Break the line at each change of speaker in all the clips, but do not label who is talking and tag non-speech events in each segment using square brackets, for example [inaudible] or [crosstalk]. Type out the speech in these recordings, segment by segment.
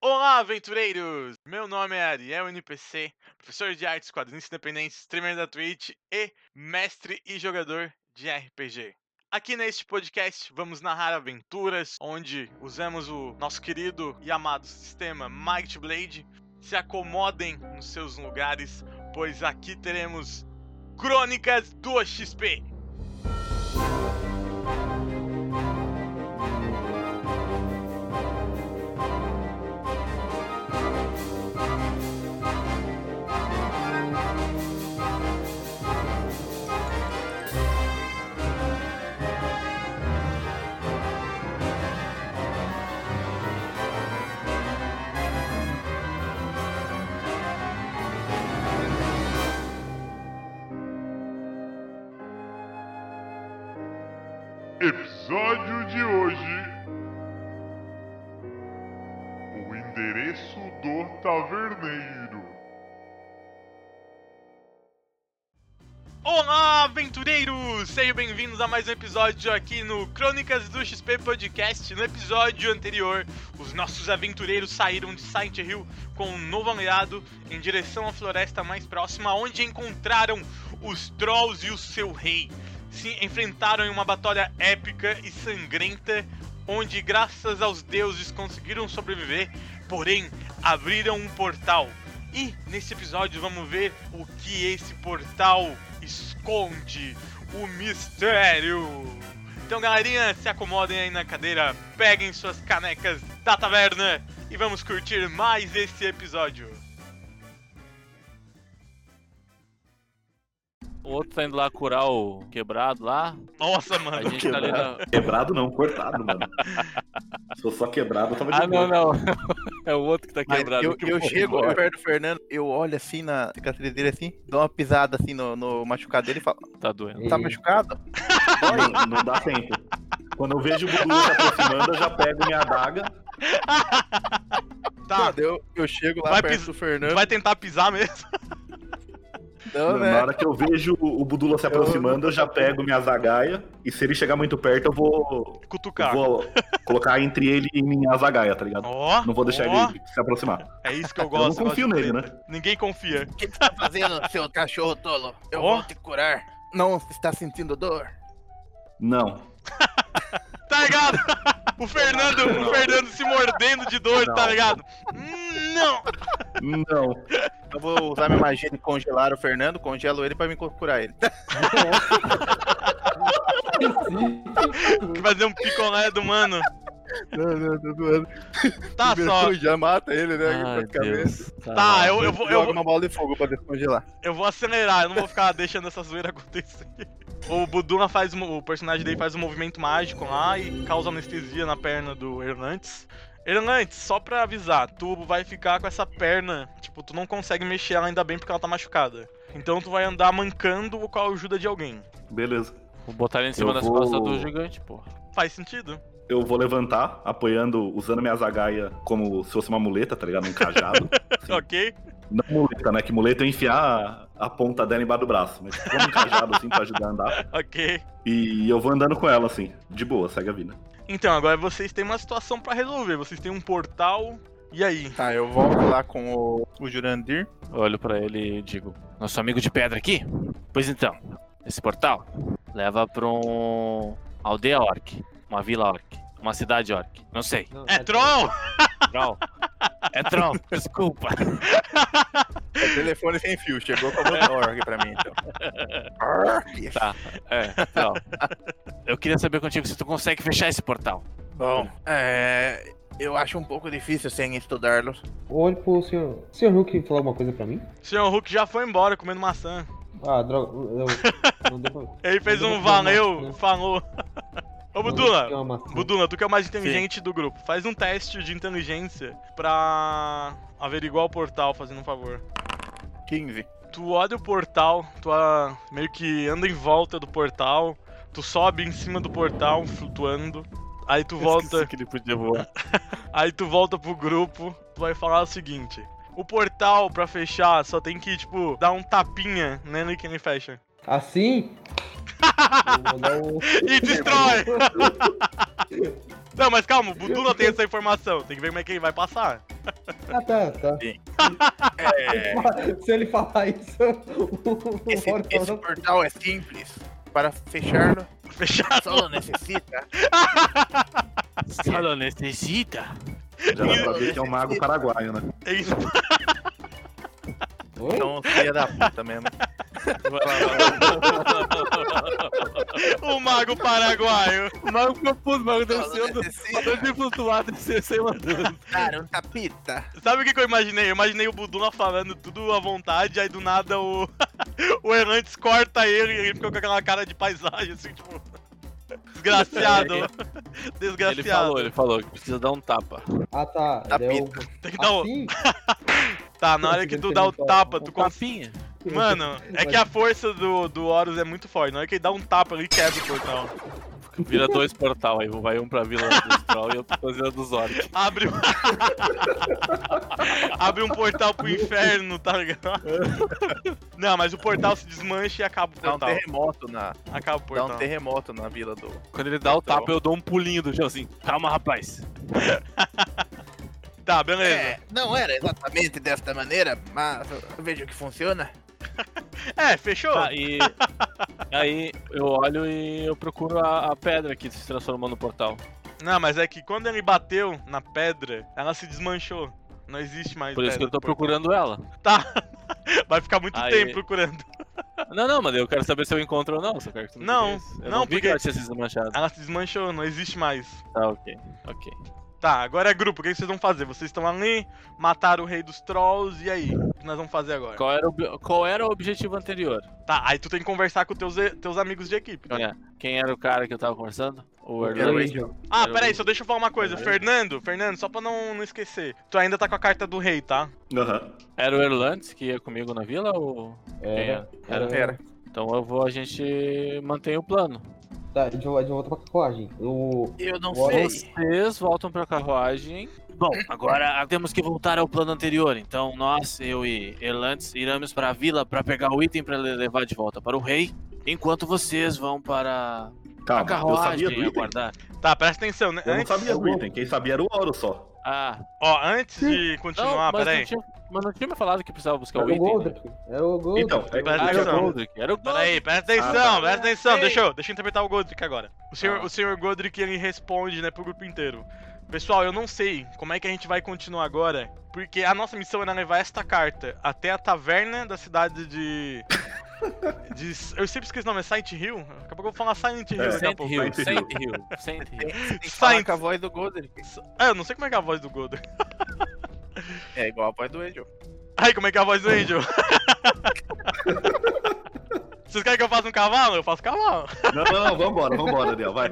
Olá, aventureiros! Meu nome é Ariel NPC, professor de artes, quadrinista independente, streamer da Twitch e mestre e jogador de RPG. Aqui neste podcast vamos narrar aventuras onde usamos o nosso querido e amado sistema Might Blade. Se acomodem nos seus lugares, pois aqui teremos Crônicas do XP.
Episódio de hoje: O endereço do taverneiro.
Olá, aventureiros! Sejam bem-vindos a mais um episódio aqui no Crônicas do XP Podcast. No episódio anterior, os nossos aventureiros saíram de Silent Hill com um novo aliado em direção à floresta mais próxima, onde encontraram os Trolls e o seu rei. Se enfrentaram em uma batalha épica e sangrenta, onde, graças aos deuses, conseguiram sobreviver, porém, abriram um portal. E nesse episódio vamos ver o que esse portal esconde o mistério. Então, galerinha, se acomodem aí na cadeira, peguem suas canecas da taverna e vamos curtir mais esse episódio.
O outro tá indo lá curar o quebrado lá.
Nossa,
A
mano.
gente tá ali na.
Quebrado não, cortado, mano. Se fosse só quebrado, eu tava de
Ah, não,
boa.
não. [laughs] É o outro que tá
Mas
quebrado.
eu,
que
eu
porra,
chego
agora.
perto do Fernando, eu olho assim na cicatriz dele assim, dou uma pisada assim no, no machucado dele e falo,
Tá doendo.
tá machucado?
Não, não dá tempo. Quando eu vejo o Bubu se aproximando, eu já pego minha adaga.
Tá,
Mano, eu, eu chego lá
Vai
perto
pis-
do Fernando,
tu Tá. vai tentar pisar mesmo? [laughs]
não, né?
Na hora que eu vejo o Budula se aproximando, eu já pego minha zagaia. E se ele chegar muito perto, eu vou,
Cutucar.
vou colocar entre ele e minha zagaia, tá ligado?
Ó,
Não vou deixar
ó,
ele se aproximar.
É isso que eu
Eu não
gosto. eu
confio
gosto de
nele, né?
treta. Ninguém confia.
O que você tá fazendo, seu cachorro tolo? Eu
Ó.
vou te curar. Não está sentindo dor?
Não.
Tá ligado? O Fernando, o Fernando se mordendo de dor, tá
Não.
ligado? Hum, Não.
Não.
Eu vou usar minha magia de congelar o Fernando, congelo ele pra me curar ele.
Vai fazer um picolé do mano.
Não, não, tô doando.
[laughs] Tá só.
Já mata ele, né?
Ai,
praticamente.
Deus.
Ah,
Tá, eu, eu vou, eu,
Joga
vou-
uma bola de fogo pra descongelar.
eu vou acelerar, eu não vou ficar [laughs] deixando essa zoeira acontecer. O Buduna faz um- o personagem dele faz um movimento mágico lá e causa anestesia na perna do Erlantes. Erlantes, só pra avisar, tu vai ficar com essa perna, tipo, tu não consegue mexer ela ainda bem porque ela tá machucada. Então tu vai andar mancando o qual ajuda de alguém.
Beleza.
Vou botar ele em cima
Eu
das
vou-
costas do gigante, porra.
Faz sentido?
Eu vou levantar, apoiando, usando minha zagaia como se fosse uma muleta, tá ligado? Um cajado.
[laughs]
Sim.
Ok?
Não muleta, né? Que muleta é enfiar a ponta dela embaixo do braço. Mas como um cajado, assim, pra ajudar a andar.
Ok.
E eu vou andando com ela, assim. De boa, segue a vida.
Então, agora vocês têm uma situação pra resolver. Vocês têm um portal. E aí?
Tá, eu volto lá com o, o Jurandir.
Eu olho pra ele e digo: Nosso amigo de pedra aqui? Pois então, esse portal leva pra um. aldeia orc. Uma vila orc. Uma cidade orc. Não sei.
É troll!
Troll. É troll, desculpa.
É telefone sem fio, chegou com a banda org pra mim, então. Org?
Tá. É, troll. Eu queria saber contigo se tu consegue fechar esse portal.
Bom, é, eu acho um pouco difícil sem estudá-los.
Eu olho pro senhor. O senhor Hulk falou alguma coisa pra mim?
O Sr. Hulk já foi embora comendo maçã.
Ah, droga. Eu...
[laughs]
Não deu pra.
Ele fez
Mas eu
um
vou pegar uma né?
valeu,
maçã. [laughs]
falou. Ô,
Budula!
Buduna, Buduna, tu que é o mais inteligente do grupo, faz um teste de inteligência pra averiguar o portal, fazendo um favor.
15.
Tu olha o portal, tu ah, meio que anda em volta do portal, tu sobe em cima do portal, flutuando, aí tu volta.
que ele podia voar.
Aí tu volta pro grupo, tu vai falar o seguinte. O portal pra fechar só tem que, tipo, dar um tapinha nele que ele fecha.
Assim? Eu vou dar um-
E destrói! Não, mas calma, o Budula tem essa informação. Tem que ver como é que ele vai passar.
Ah, tá, tá. [laughs]
É,
Se ele falar isso, o
esse,
Mauro
esse
fala,
portal é simples. Para fechá-lo,
Fechado.
só não necessita.
[laughs] Só não necessita.
Já dá pra ver que é um mago paraguaio, né?
É isso. [laughs]
"Oi?"
Então, filha da puta mesmo.
O mago paraguaio.
O mago confuso, o mago
[laughs] Só não necessita.
de flutuado, desceu e mandando.
Dar um tapita.
Sabe o que, que eu imaginei? Eu imaginei o Buduna falando tudo à vontade, aí do nada o, [laughs] o Hernandes corta ele e ele ficou com aquela cara de paisagem, assim, tipo. Desgraciado. [laughs] Desgraciado.
Ele falou, ele falou que precisa dar um tapa.
Ah, tá.
Tá
Daí eu-
Tem que dar o...
Assim?
Tá, na hora que tu dá o tapa, tu
um
consegue.
tapinha.
Mano, é que a força do, do Horus é muito forte. Na hora que ele dá um tapa, ele quebra o portal.
Vira dois portal aí, vai um pra Vila dos Troll e outro pra Vila dos Orcs.
Abre um... [laughs] Abre um portal pro inferno, tá ligado? Não, mas o portal se desmancha e acaba o
Dá um
portal.
terremoto na.
Acaba o
Dá um
portal.
terremoto na vila do.
Quando ele dá o
Então.
tapa, eu dou um pulinho do chão assim. Calma, rapaz.
Tá, beleza.
É, não era exatamente desta maneira, mas eu vejo que funciona.
É, fechou?
Tá, e aí eu olho e eu procuro a, a pedra que se transformou no portal.
Não, mas é que quando ele bateu na pedra, ela se desmanchou. Não existe mais
Por isso que
pedra
eu tô
no portal.
procurando ela.
Tá. Vai ficar muito
Aí.
tempo procurando.
Não, não, mas eu quero saber se eu encontro ou não. Só quero que tu me
Não,
diga isso. eu
não,
vi
porque-
que ela tinha sido manchada.
Ela se desmanchou, não existe mais.
Tá, ok, ok.
Tá, agora é grupo, o que que vocês vão fazer? Vocês estão ali, mataram o rei dos trolls, e aí? O que nós vamos fazer agora?
Qual era o, ob- qual era o objetivo anterior?
Tá, aí tu tem que conversar com teus, e- teus amigos de equipe.
Quem era- É. Quem era o cara que eu tava conversando? O
Era
Erlan.
o
Wake.
Angel.
Ah,
Era
peraí,
o- É.
só deixa eu falar uma coisa. Fernando, Fernando, só pra não, não esquecer. Tu ainda tá com a carta do rei, tá?
Aham.
Era o Erlantes que ia comigo na vila ou. Quem
Era,
Era.
era-
Era.
Então eu vou, a gente mantém o plano.
Tá, a gente vai a gente volta pra carruagem. O...
Eu não
Bora.
sei.
Vocês voltam pra carruagem. Bom, agora temos que voltar ao plano anterior. Então nós, eu e Erlantes, iremos pra vila pra pegar o item pra le- levar de volta para o rei. Enquanto vocês vão para a
Calma, Ah, eu
carruagem é
sabia do item.
aguardar.
Tá, presta atenção, né?
Eu não
Antes-
sabia do item. Quem sabia era o ouro só.
Ah,
Ó, antes de
não,
continuar,
mas, não
peraí.
tinha, mas não tinha me falado que precisava buscar
Era
o
é o
item. né?
Goldrick. Era o Goldrick.
Então, é
Presta
Ah, era o
atenção.
Goldrick. Era o Goldrick.
Peraí, presta atenção,
Ah, tá.
presta atenção.
Ei.
Deixa eu, deixa eu interpretar o Godric agora. O senhor,
É, Tá.
o senhor Godric, ele responde, né, pro grupo inteiro. Pessoal, eu não sei como é que a gente vai continuar agora, porque a nossa missão era levar esta carta até a taverna da cidade
[laughs]
de... de eu sempre esqueci o nome, é Silent Hill? Daqui a pouco eu vou falar Silent Hill
É.
daqui a
Saint
pouco.
Hill,
Saint
Saint Hill, Saint Hill.
Tem
Science.
que falar com a voz do Godric.
É, eu não sei como é que é a voz do Godric.
É igual a voz do Angel.
Ai, como é que é a voz do Angel? Vocês querem que eu faça um cavalo? Eu faço cavalo.
Não, não, vambora, vambora, Daniel, vai.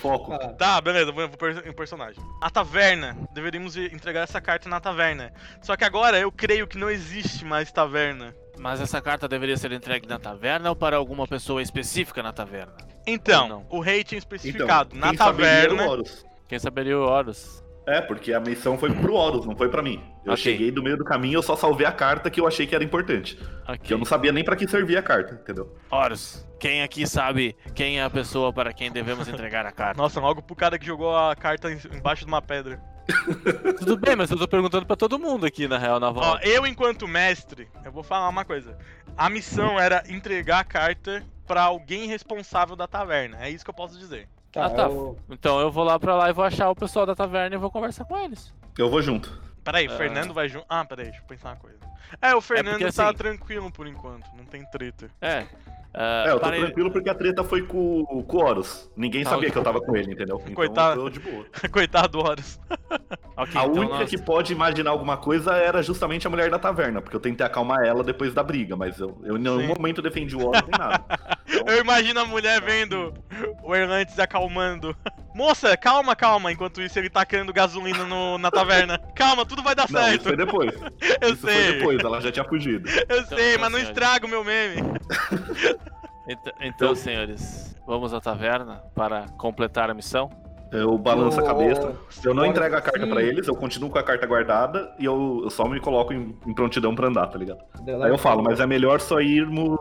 Foco. Então,
Tá.
Tá, beleza, vou vou per- em personagem. A taverna. Deveríamos ir entregar essa carta na taverna. Só que agora eu creio que não existe mais taverna.
[laughs] Mas essa carta deveria ser entregue na taverna ou para alguma pessoa específica na taverna? Ou
Então,
não.
o rei tinha
Então,
especificado na
quem sabia era o
taverna.
Horus.
Quem saberia o Horus?
É, porque a missão foi pro Horus, não foi pra mim. Eu
Ok.
cheguei do meio do caminho, eu só salvei a carta que eu achei que era importante. Que
Aqui.
eu não sabia nem pra que servia a carta, entendeu?
Horus, quem aqui sabe quem é a pessoa para quem devemos entregar a carta?
Nossa, logo pro cara que jogou a carta em- embaixo de uma pedra.
Tudo bem, mas eu tô perguntando pra todo mundo aqui, na real, na
Ó,
volta.
eu enquanto mestre, eu vou falar uma coisa. A missão era entregar a carta pra alguém responsável da taverna. É isso que eu posso dizer.
Tá,
Ah, tá.
eu-
Então eu vou lá pra lá e vou achar o pessoal da taverna e vou conversar com eles.
Eu vou junto.
Peraí, o
Ah.
Fernando vai junto. Ah, peraí, deixa eu pensar uma coisa. É, o Fernando tá
assim-
tranquilo por enquanto, não tem treta. [laughs]
É. ah,
É, eu tô
para-
tranquilo porque a treta foi com, com o Horus. Ninguém
Tá,
sabia
ok.
que eu tava com ele,
[laughs]
entendeu? Então,
Coitado.
eu tô de boa.
Coitado do Horus.
Ok,
A
então
única
nós-
que pode imaginar alguma coisa era justamente a mulher da taverna, porque eu tentei acalmar ela depois da briga, mas eu, eu em nenhum
Sim.
momento defendi o Horus
[laughs]
nem nada. Então,
Eu imagino a mulher
Tá
vendo o Erlantes acalmando. [laughs] Moça, calma, calma. Enquanto isso, ele tacando gasolina no-
[laughs]
na taverna. Calma, tudo vai dar
Não, isso é
certo.
foi depois.
Eu
isso
sei.
foi depois, ela já tinha fugido.
Eu
Então,
sei,
tá
mas
então,
não
senhores.
estraga o meu meme.
Ent- Então, senhores, vamos à taverna para completar a missão?
Eu balanço a
eu-
cabeça. Eu não
Olha,
entrego a carta
sim.
pra eles, eu continuo com a carta guardada e eu, eu só me coloco em, em prontidão pra andar, tá ligado? Aí eu falo, mas é melhor só irmos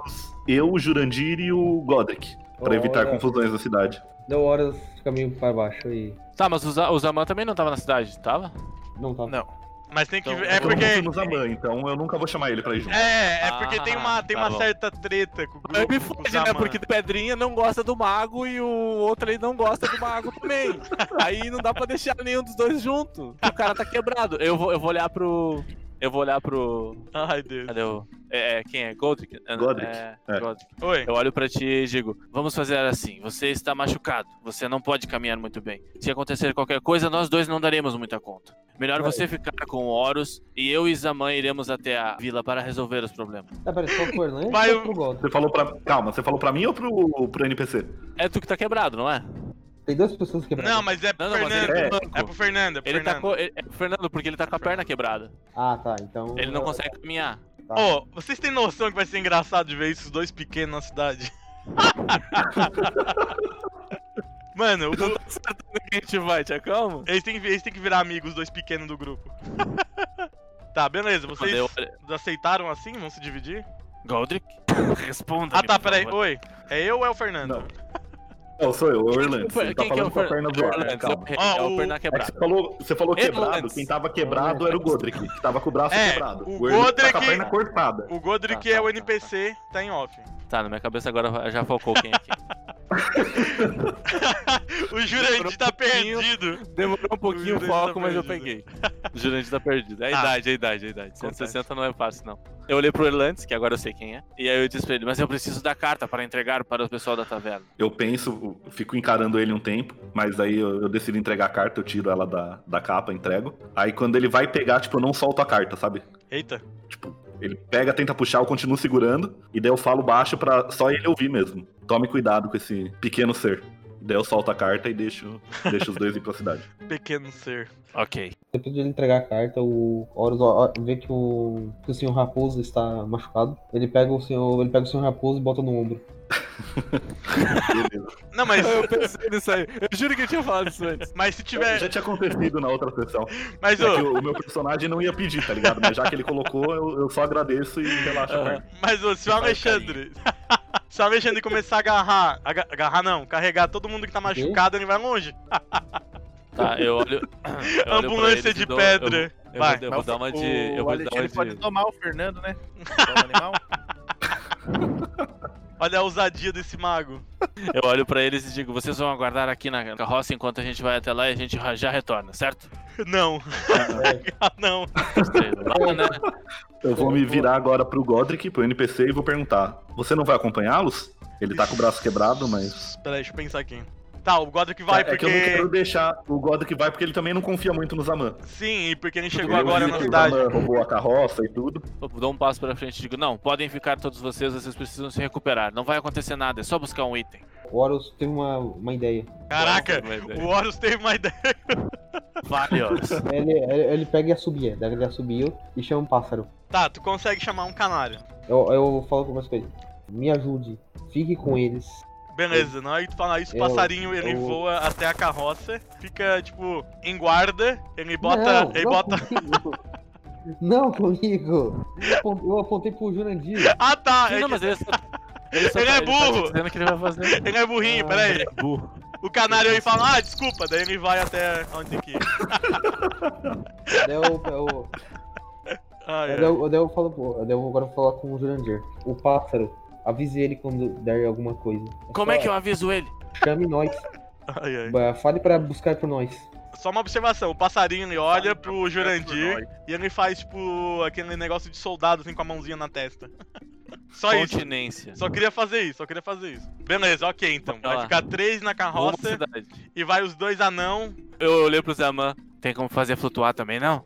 eu, o Jurandir e o Godric, pra evitar
Olha.
confusões na cidade.
Deu horas de caminho pra baixo e.
Tá, mas o, Za- o Zaman também não tava na cidade, tava?
Não tava.
Não.
Mas tem que
Então,
ver.
É
É
que eu
porque.
não usa mãe, então eu nunca vou chamar ele pra ir junto.
É, é porque tem uma,
Ah,
tem
tá
uma
bom.
certa treta com o grupo.
Aí me
com o
fode, né?
Zaman.
Porque Pedrinha não gosta do mago e o outro aí não gosta do mago também. aí não dá pra deixar nenhum dos dois junto. O cara tá quebrado. Eu vou, eu vou olhar pro. Eu vou olhar pro.
Ai, Deus.
Cadê o. É, é, quem é? Godric? É,
Godric,
É,
é.
Godric.
Oi.
Eu olho pra ti e digo: Vamos fazer assim. Você está machucado. Você não pode caminhar muito bem. Se acontecer qualquer coisa, nós dois não daremos muita conta. Melhor
Vai.
você ficar com o Horus e eu e Zaman iremos até a vila para resolver os problemas.
Ah, pera, só pro
[laughs]
Hernandes
Vai,
ou
o-
pro Godric?
Você falou pra. Calma, você falou pra mim ou pro, pro NPC?
É tu que tá quebrado, não é?
Tem duas pessoas quebradas.
Não, mas é pro
Não, não, mas ele tá
Fernando.
É.
manco.
É pro Fernando, é pro
Ele tá
Fernando.
com. ele- é pro Fernando, porque ele tá com a perna quebrada.
Ah, tá, então...
Ele não consegue
[laughs]
caminhar.
Tá.
Ó, vocês têm noção que vai ser engraçado de ver esses dois pequenos na cidade? [laughs] Mano, o-
A gente vai, te acalma?
eles, têm, que- eles têm que virar amigos, os dois pequenos do grupo. [laughs] tá, beleza, vocês
Mandei olha-
aceitaram assim? Vão se dividir?
Goldrick? Responda.
Ah tá, peraí, oi. É eu ou é o Fernando?
Não. Não, sou eu, o Orlando. Você
é
tá falando com a perna
Fernando?
do Calma.
Ó,
É o
o-
perna
É que você
quebrada.
falou, você falou
Ele
quebrado,
antes.
quem tava quebrado era o Godric, que tava com o braço
É,
quebrado.
o
Orlando tá com a
Godric-
perna cortada.
O Godric
Tá, tá,
é o
tá,
NPC, tá, em off.
Tá, na minha cabeça agora já focou quem é quem.
o Jurandir tá
pouquinho.
perdido.
[laughs] Demorou um pouquinho o
Jurandir
foco,
tá
mas eu
perdido.
peguei. O Jurandir tá perdido. É a
Tá.
idade, é a idade, é a idade.
Acontece.
160 não é fácil, não.
Eu olhei pro Erlantes, que agora eu sei quem é, e aí eu disse pra ele, mas eu preciso da carta para entregar para o pessoal da taverna.
Eu penso, eu fico encarando ele um tempo, mas aí eu, eu decido entregar a carta, eu tiro ela da, da capa, entrego. Aí quando ele vai pegar, tipo, eu não solto a carta, sabe?
Eita.
Ele pega, tenta puxar, eu continuo segurando, e daí eu falo baixo pra só ele ouvir mesmo. Tome cuidado com esse pequeno ser. Daí eu solto a carta e deixo, deixo os dois ir
[laughs]
pra cidade.
Pequeno ser.
Ok.
Depois de ele entregar a carta, o Horus ó, ó, vê que o, que o senhor Raposo está machucado. Ele pega o senhor, ele pega o senhor Raposo e bota no ombro.
[laughs]
Beleza.
Não, mas,
[laughs] Eu pensei nisso aí. Eu juro que eu tinha falado isso antes.
mas se
Já
tiver.
tinha acontecido na outra sessão.
Mas,
É que
ô,
o, o meu personagem não ia pedir, tá ligado? Mas já que ele colocou, eu, eu só agradeço e relaxo a perna.
mas ô, se o Alexandre. [laughs] Se o Alexandre começar a agarrar. aga- Agarrar não, carregar todo mundo que tá machucado, ele vai longe.
Tá, eu
[laughs]
olho. eu olho pra
Ambulância
eles e
de
dou-
pedra.
Eu, eu
Vai.
vou, eu vou dar uma de. Eu vou dar
o
uma
Alexandre
de.
pode domar o Fernando, né? Domar o animal.
Olha a ousadia desse mago. [laughs]
Eu olho pra eles e digo, vocês vão aguardar aqui na carroça enquanto a gente vai até lá e a gente ra- já retorna, certo?
Não, [laughs]
É,
ah, não.
Lá, né?
Eu vou me virar agora pro Godric, pro NPC, e vou perguntar: Você não vai acompanhá-los? Ele tá com o braço quebrado, mas.
Peraí, deixa eu pensar aqui. Tá, o Godric vai
é
porque.
que eu não quero deixar o Godric vai porque ele também não confia muito no Zaman.
Sim, e porque ele chegou
Ele
agora
viu
na
que o
cidade.
Zaman roubou a carroça e tudo.
Eu dou um passo pra frente e digo, não, podem ficar todos vocês, vocês precisam se recuperar. Não vai acontecer nada, é só buscar um item. é
O Horus teve uma, uma ideia.
Caraca,
Nossa, velho.
o Horus teve uma ideia.
Vale, Horus.
Ele, ele, ele pega e assobia. Daí ele assobia e chama um pássaro.
Tá, tu consegue chamar um canário.
Eu, eu falo com umas coisas. Me ajude. Fique com eles.
Beleza, na hora que tu falar isso, o
Eu-
passarinho ele
eu-
voa até a carroça, fica, tipo, em guarda, ele bota.
não,
ele
não
bota.
Comigo. [laughs] Não comigo. Eu apon- Eu apontei pro Jurandir.
Ah tá!
Sim,
ele,
não, mas ele é só. Ele, só
Ele é
tá- tá
burro.
dizendo que ele vai fazer.
ele é burrinho, peraí. O canário aí fala, ah, desculpa, daí ele vai até onde tem que ir.
Daí eu,
[laughs]
eu,
Ah,
Eu,
é.
daí eu, daí eu falo, pro- daí eu agora vou falar com o Jurandir. O pássaro, avise ele quando der alguma coisa.
Como é que eu aviso ele?
Chame nós.
[laughs]
Ai, ai.
Ba- Fale pra buscar por nós.
Só uma observação, o passarinho ele olha pro Jurandir
Nós.
e ele faz, tipo, aquele negócio de soldado, assim, com a mãozinha na testa. [laughs] Só isso.
Continência.
Só queria fazer isso, só queria fazer isso. Beleza, ok então.
Vai
Vai
lá.
ficar três na
Uma
carroça
cidade.
e vai os dois anão.
Eu olhei pro Zaman. Tem como fazer flutuar também, não?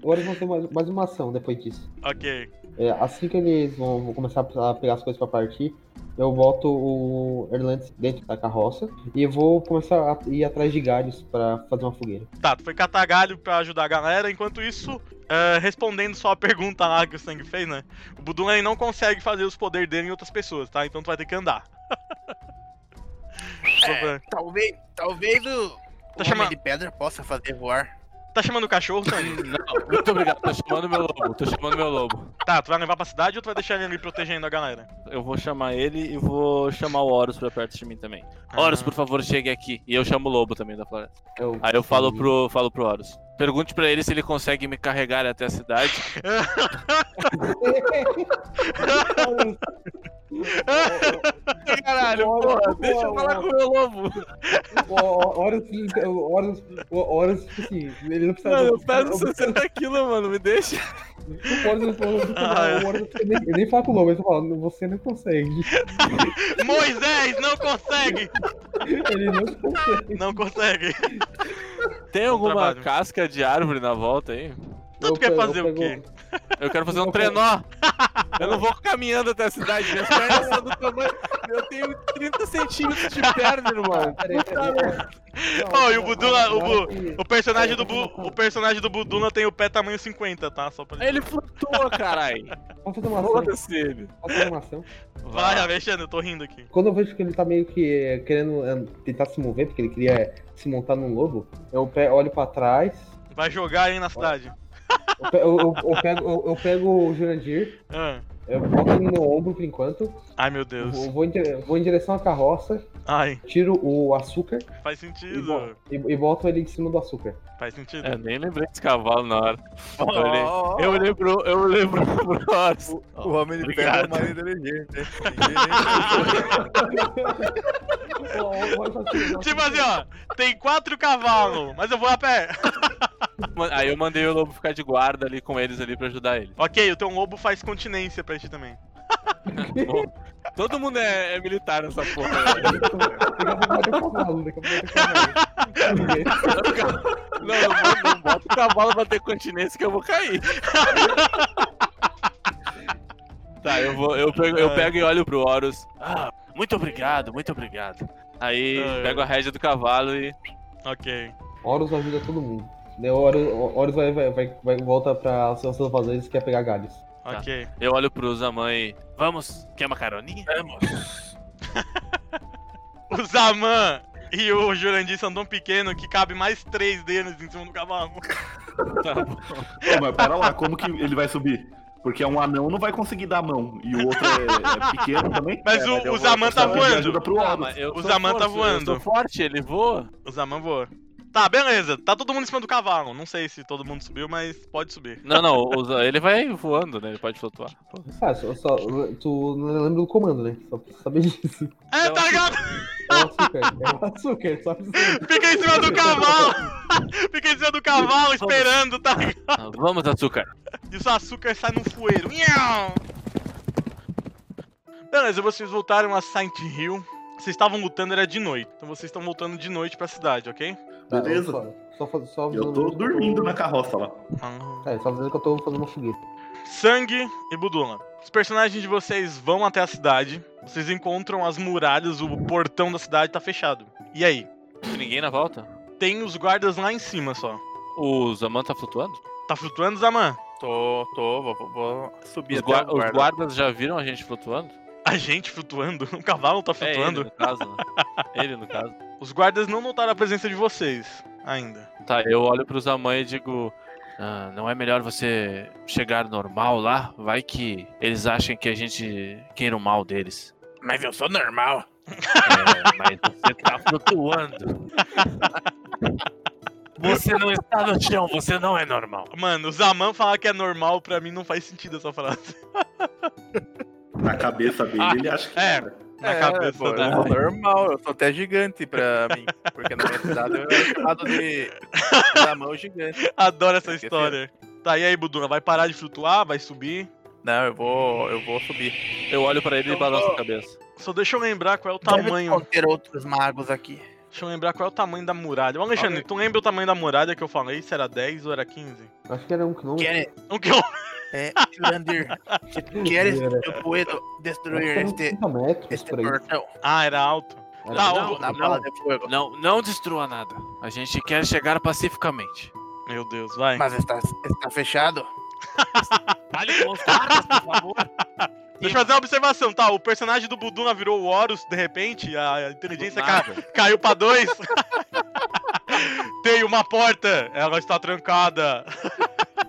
Agora eles vão ter mais, mais uma ação depois disso.
Ok.
É, assim que eles vão, vão começar a pegar as coisas pra partir, eu boto o Erlantes dentro da carroça e vou começar a ir atrás de galhos pra fazer uma fogueira.
Tá, tu foi catar galho pra ajudar a galera. Enquanto isso, é, respondendo só a pergunta lá que o Sangue fez, né? O Budum ele não consegue fazer os poderes dele em outras pessoas, tá? Então tu vai ter que andar. Só pra-
[laughs] Talvez, talvez o, o
chamando.
Homem de Pedra possa fazer voar.
Tá chamando o cachorro, Sonic?
Não, muito obrigado. Tô chamando meu lobo. Tô chamando meu lobo.
Tá, tu vai levar pra cidade ou tu vai deixar ele ali protegendo a galera?
Eu vou chamar ele e vou chamar o Horus pra perto de mim também. Horus, por favor, chegue aqui. E eu chamo o lobo também da floresta. Aí eu falo
[laughs]
pro, falo pro Horus. Pergunte pra ele se ele consegue me carregar até a cidade. [laughs] Caralho,
porra,
deixa eu falar com o meu lobo.
Horus, Horus, Horus, tipo assim, ele não precisa.
Mano, eu
o cara-
peso 60 quilos, mano, me deixa.
o Horus- o Horus-
Ai.
o Horus- ele nem- ele nem fala pro lobo, ele só fala, você não consegue.
[laughs] Moisés, não consegue!
Ele não consegue.
Não consegue.
Tem alguma
trabalho.
casca de árvore na volta aí?
Então tu quer
Eu pego-
fazer
eu
o quê?
pego-
Eu quero fazer um
Não,
trenó. Eu não vou caminhando até a cidade, minhas pernas são do tamanho. Eu tenho 30 centímetros de perna, irmão.
Ah, Peraí, peraí, peraí. Não,
Ó, e o Budula, o
agora
Bu-
que-
O personagem do Bu, o personagem do Buduna tem o pé tamanho 50, tá? Só pra
Ele flutua, caralho.
Vamos fazer uma ação,
Foda-se ele.
vamos fazer uma ação.
Vai, Alexandre, eu tô rindo aqui.
Quando eu vejo que ele tá meio que eh, querendo eh, tentar se mover, porque ele queria eh, se montar num lobo, eu pe- olho pra trás,
Vai jogar aí na cidade.
eu, pe- eu- eu- eu pego, eu, eu pego o Jurandir,
Ah.
eu boto ele no ombro por enquanto,
Ai, meu
eu
Deus.
vou, vou em, dire- vou em direção à carroça,
Ai,
tiro o açúcar
faz
e,
sentido.
bo- e- e boto ele em cima do açúcar.
Faz sentido.
Eu nem lembrei desse cavalo na hora. Eu olhei.
Ó, ó,
Eu lembro, eu lembro [laughs] pro Horus.
O homem de ferro é o mais inteligente, hein? Ninguém
né?
nem-
Tipo assim, ó, tem quatro cavalos, mas eu vou a pé.
Ma- Aí eu mandei o lobo ficar de guarda ali com eles ali pra ajudar ele.
Ok, o teu lobo faz continência pra ti também.
Bom, todo mundo é, é militar nessa porra. né? [laughs]
Daqui a pouco vai ter um cavalo, daqui a pouco vai ter um cavalo.
Não, não, bota- não bota o cavalo pra ter continência que eu vou cair. Tá, eu vou, eu pego,
É.
eu pego e olho pro Horus. Ah, muito obrigado, muito obrigado. Aí
Ah, é.
pego a rédea do cavalo e.
Ok.
Horus ajuda todo mundo. Daí o Horus- o Horus vai, vai, vai, vai- volta para seus salvadores que quer pegar galhos.
Tá.
Ok.
Eu olho pro Zaman e. Vamos? Quer uma caroninha? Vamos!
O Zaman e o Jurandir são tão pequeno que cabe mais três deles em cima do cavalo.
Tá bom.
Ô, mas pera lá, como que ele vai subir? Porque um anão não vai conseguir dar a mão. E o outro é, é pequeno também.
Mas
É,
o,
mas
o
eu vou-
Zaman
eu
tá
Só pedir
voando.
ajuda pro
Ah,
Horus.
mas eu
O
sou
Zaman tá
forte,
voando.
Eu sou forte, ele voa.
O Zaman voa. Tá, beleza. Tá todo mundo em cima do cavalo. Não sei se todo mundo subiu, mas pode subir.
Não, não, o Za- ele vai voando, né? Ele pode
[laughs]
flutuar.
Ah, só, só, tu não lembra do comando, né? Só pra saber disso.
É,
Não,
tá ligado?
É o açúcar, é o açúcar, só pra saber.
Fica em cima do cavalo. [laughs] Fica em cima do cavalo esperando, tá ligado?
Ah, Vamos, açúcar.
E o açúcar sai num fueiro. Miau! Beleza, vocês voltaram a Saint Hill. Vocês estavam lutando, era de noite. Então vocês estão voltando de noite pra cidade, ok?
Tá,
Beleza.
eu Só, só, faz- só
Eu tô dormindo na carroça lá.
Ah.
É, só dizendo que eu tô fazendo uma fogueira.
Sangue e Budula. Os personagens de vocês vão até a cidade. Vocês encontram as muralhas, o portão da cidade tá fechado. E aí?
Ninguém na volta?
Tem os guardas lá em cima só.
O Zaman tá flutuando?
Tá flutuando, Zaman?
Tô, tô, vou, vou subir
Os,
até
gua- os
o guarda.
guardas já viram a gente flutuando?
A gente flutuando? [laughs] O cavalo tá
É ele,
flutuando?
no caso. [laughs] né? ele, no caso.
Os guardas não notaram a presença de vocês ainda.
Tá, eu olho pro Zaman e digo... "Ah, não é melhor você chegar normal lá? Vai que eles achem que a gente queira o mal deles. [laughs]
Mas eu sou normal.
É, mas você tá [laughs] flutuando. Você não está no chão, você não é normal.
Mano, o Zaman falar que é normal pra mim não faz sentido essa frase.
Na cabeça dele, ele acha que.
É. Na cabeça
pô, é.
da-
eu sou normal, eu sou até gigante [laughs] pra mim. Porque na minha cidade eu era chamado de da mão gigante.
Adoro essa
É
história.
assim,
Tá, e aí, Buduna? Vai parar de flutuar? Vai subir?
Não, eu vou, eu vou subir.
Eu olho pra ele e balanço a cabeça.
Só deixa eu lembrar qual é o tamanho.
Deve ter outros magos aqui.
Deixa eu lembrar qual é o tamanho da muralha. Ô, Alexandre, tu lembra o tamanho da muralha que eu falei? Se era 10 ou era 15?
Acho que era um clone.
Quer,
O que eu... [laughs]
é, Jurandir, se tu queres, eu posso destruir este,
30 metros
este
por aí.
portão.
Ah, era alto.
Era
Tá,
isso.
ó.
na bala de fogo.
Não, não destrua nada. A gente quer chegar pacificamente.
Meu Deus, vai.
Mas está, está fechado.
Fale com os guardas, por favor.
Deixa eu fazer uma observação, tá? O personagem do Buduna virou o Horus, de repente, a inteligência ca- caiu pra dois. [laughs] Tem uma porta! Ela está trancada! [laughs]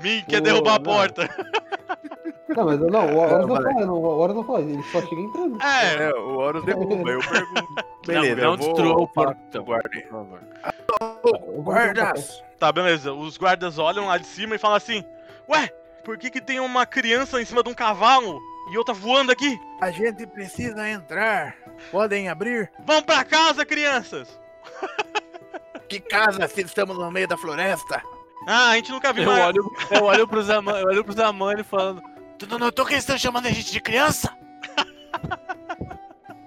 Min quer
Pô,
derrubar a
não.
porta!
Não, mas não, o Horus não
Não,
fala, não, o Horus não fala, ele só chega entrando.
É,
É, o Horus derruba, eu pergunto. [laughs] Beleza,
não
eu vou
destrua o
falar
portão.
com o guarda.
Eu vou
Guardas!
tá, beleza. Os guardas olham lá de cima e falam assim: Ué, por que, que tem uma criança em cima de um cavalo e outra voando aqui?
A gente precisa entrar. Podem abrir?
Vão pra casa, crianças!
Que casa se estamos no meio da floresta?
Ah, a gente nunca viu
[laughs] Eu
mais.
olho, eu olho pro Zaman, eu olho pro Zaman e falando. Tu não notou que eles estão chamando a gente de criança?
[laughs]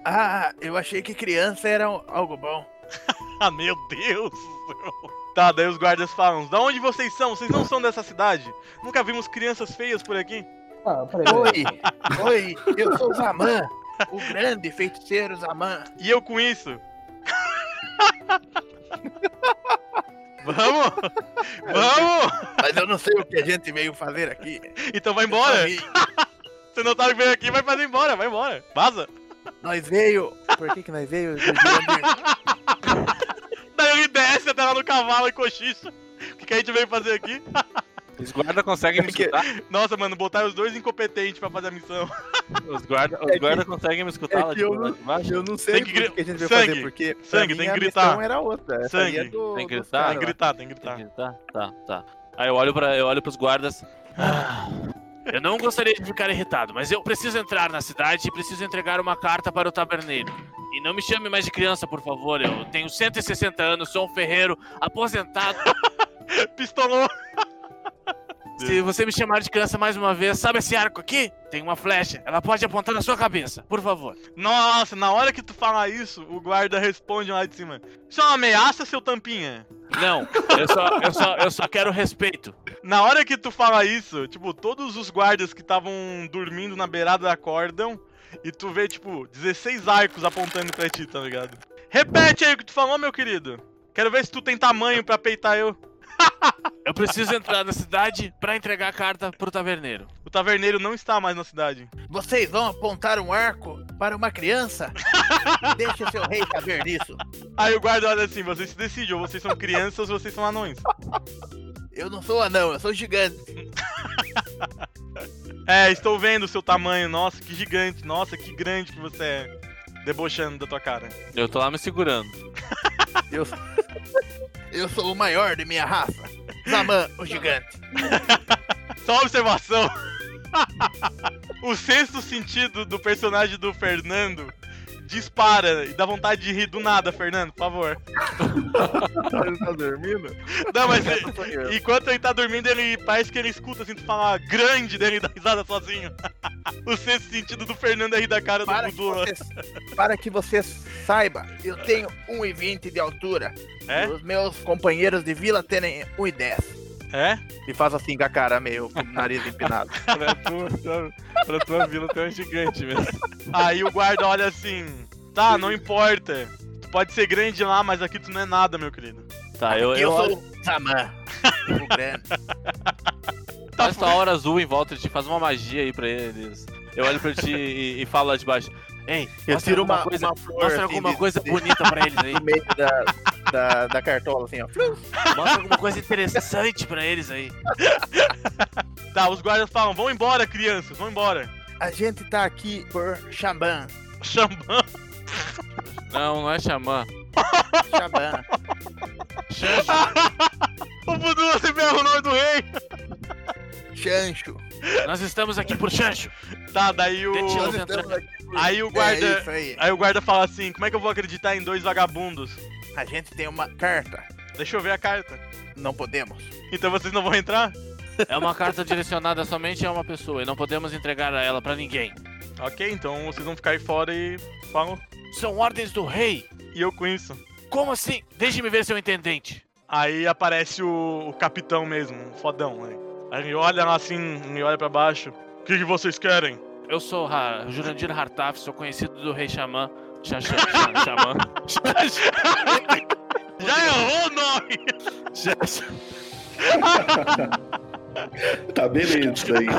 Ah, eu achei que criança era um- algo bom.
Ah, meu Deus do céu. Tá, daí os guardas falam: Da onde vocês são? Vocês não são dessa cidade? Nunca vimos crianças feias por aqui?
Ah, peraí.
Oi, [laughs] oi, eu sou o Zaman, o grande feiticeiro Zaman.
E eu com isso? [laughs] Vamos! Vamos!
Mas eu não sei o que a gente veio fazer aqui.
Então vai embora!
Nós-
Você não tá vendo aqui, vai fazer embora, vai embora! Vaza!
Nós veio. Por que, que nós veio? Jurandir?
Daí ele desce até lá no cavalo e cochicha. O que, que a gente veio fazer aqui?
Os guardas conseguem me
É que-
escutar?
Nossa, mano, botaram os dois incompetentes pra fazer a missão.
Os guardas
[laughs] É que-
conseguem me escutar
é
lá
que
de,
eu
Tá,
lá de baixo?
[laughs] Eu não sei
Tem que
por
gri-
que a gente veio
sangue,
fazer, porque pra
sangue,
mim
tem que
a
gritar.
missão era outra. Essa aí é
Sangue,
do-
tem que
dos
Tem
gritar, né?
que
caras lá.
gritar, tem que gritar.
Tá, tá, tá. Aí eu olho, pra, eu olho pros guardas. "Ah, eu não gostaria de ficar irritado, mas eu preciso entrar na cidade e preciso entregar uma carta para o taberneiro. E não me chame mais de criança, por favor. Eu tenho 160 anos, sou um ferreiro, aposentado.
Pistolou!
Se você me chamar de criança mais uma vez, sabe esse arco aqui? Tem uma flecha. Ela pode apontar na sua cabeça, por favor.
Nossa, na hora que tu fala isso, o guarda responde lá de cima. Isso é uma ameaça, seu tampinha?
Não, eu só, eu só, eu só quero respeito.
Na hora que tu fala isso, tipo, todos os guardas que estavam dormindo na beirada acordam e tu vê, tipo, 16 arcos apontando pra ti, tá ligado? Repete aí o que tu falou, meu querido. Quero ver se tu tem tamanho pra peitar eu.
Eu preciso entrar na cidade pra entregar a carta pro taverneiro.
O taverneiro não está mais na cidade.
Vocês vão apontar um arco para uma [laughs] criança? Deixa seu rei saber disso.
Aí o guarda olha assim, vocês se decidem, ou vocês são crianças ou vocês são anões.
Eu não sou anão, eu sou gigante.
É, estou vendo o seu tamanho, nossa, que gigante, nossa, que grande que você é. Debochando da tua cara.
Eu tô lá me segurando.
Eu, eu sou o maior de minha raça. Zaman, o [laughs] gigante.
Só observação. [laughs] o sexto sentido do personagem do Fernando dispara e dá vontade de rir do nada, Fernando, por
[laughs]
favor.
Ele tá dormindo?
Não, mas ele- enquanto ele tá dormindo, ele parece que ele escuta assim tu falar grande dele dá risada sozinho. [laughs] o sexto sentido do Fernando é rir da cara
Para
do
que,
Dudu.
você, para que você saiba, eu tenho 1,20 de altura.
É?
E Os meus companheiros de vila terem 1,10.
É?
E faz assim com a cara meio com o nariz empinado.
pra, tua, pra tua vila tem um gigante mesmo.
Aí o guarda olha assim: tá, não importa. Tu pode ser grande lá, mas aqui tu não é nada, meu querido.
Tá, eu,
E
eu,
eu
olho.
sou o Zaman. O grande.
Faz tua aura azul em volta de ti, faz uma magia aí pra eles. Eu olho pra ti e, e falo lá de baixo. Ei,
Eu
mostra
tiro
alguma
uma,
coisa,
uma flor.
Mostra
assim,
alguma
de-
coisa
de-
bonita pra eles aí.
no meio da, da, da cartola, assim, ó.
Mostra alguma coisa interessante pra eles aí.
Tá, os guardas falam: vão embora, crianças, vão embora. [laughs]
A gente tá aqui por Xamban.
Xambã.
Não, não é xamã.
Xamban.
Xancho,
O Budu, você ferrou o nome do rei!
Chancho.
nós estamos aqui por Xancho.
Tá, daí o.
Deixa eu-
Nós estamos aqui por...
Aí o
É
guarda.
isso aí.
Aí o guarda fala assim, como é que eu vou acreditar em dois vagabundos?
A gente tem uma carta.
Deixa eu ver a carta.
Não podemos.
Então vocês não vão entrar?
É uma carta direcionada somente a uma pessoa e não podemos entregar a ela pra ninguém.
Ok, então vocês vão ficar aí fora e. Falam.
São ordens do rei.
E eu com isso.
Como assim? Deixe-me ver seu intendente.
Aí aparece o, o capitão mesmo, um fodão, né? Aí ele olha lá assim, ele olha pra baixo. O que, que vocês querem?
Eu sou Ra- Jurandir Hartaf, sou conhecido do rei Xamã. Xa- xa- xa- Xamã.
Já errou o nome!
Tá beleza isso daí. Eu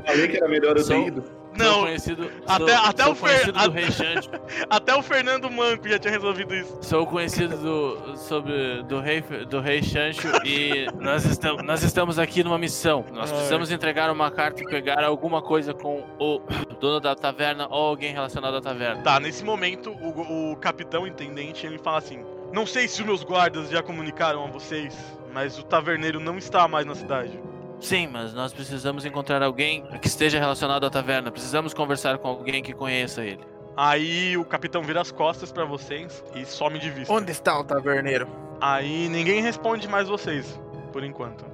falei que era melhor eu ter
São-
[laughs]
ido.
Não,
Sou conhecido,
Até-
sou,
até
sou
o Fer-
conhecido do
até-
Rei Xande.
até o Fernando Manco já tinha resolvido isso.
Sou conhecido do, sobre, do, rei, do rei Xancho e nós, estamos, nós estamos aqui numa missão. Nós
Ai.
precisamos entregar uma carta e pegar alguma coisa com o dono da taverna ou alguém relacionado à taverna.
Tá, nesse momento, o, o capitão intendente ele fala assim: Não sei se os meus guardas já comunicaram a vocês, mas o taverneiro não está mais na cidade.
Sim, mas nós precisamos encontrar alguém que esteja relacionado à taverna. Precisamos conversar com alguém que conheça ele.
Aí o capitão vira as costas pra vocês e some de vista.
Onde está o taverneiro?
Aí ninguém responde mais vocês, por enquanto.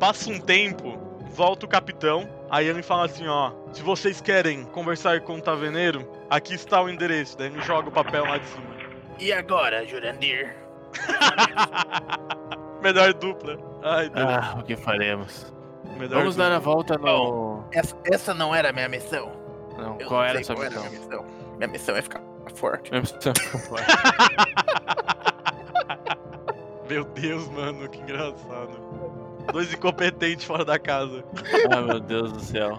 Passa um tempo, volta o capitão, aí ele fala assim, ó, se vocês querem conversar com o taverneiro, aqui está o endereço, daí ele joga o papel lá de cima. [laughs]
E agora, Jurandir?
Melhor dupla. Ai, Deus.
Ah, o que faremos?
melhor
Vamos
dupla.
dar a volta no.
Essa, essa não era a minha missão.
Não,
Eu
qual
não
era a
sei
sua
qual
missão?
minha missão? Minha missão é ficar forte.
Minha [laughs] missão.
Meu Deus, mano, que engraçado. Dois incompetentes fora da casa.
Ah, meu Deus do céu.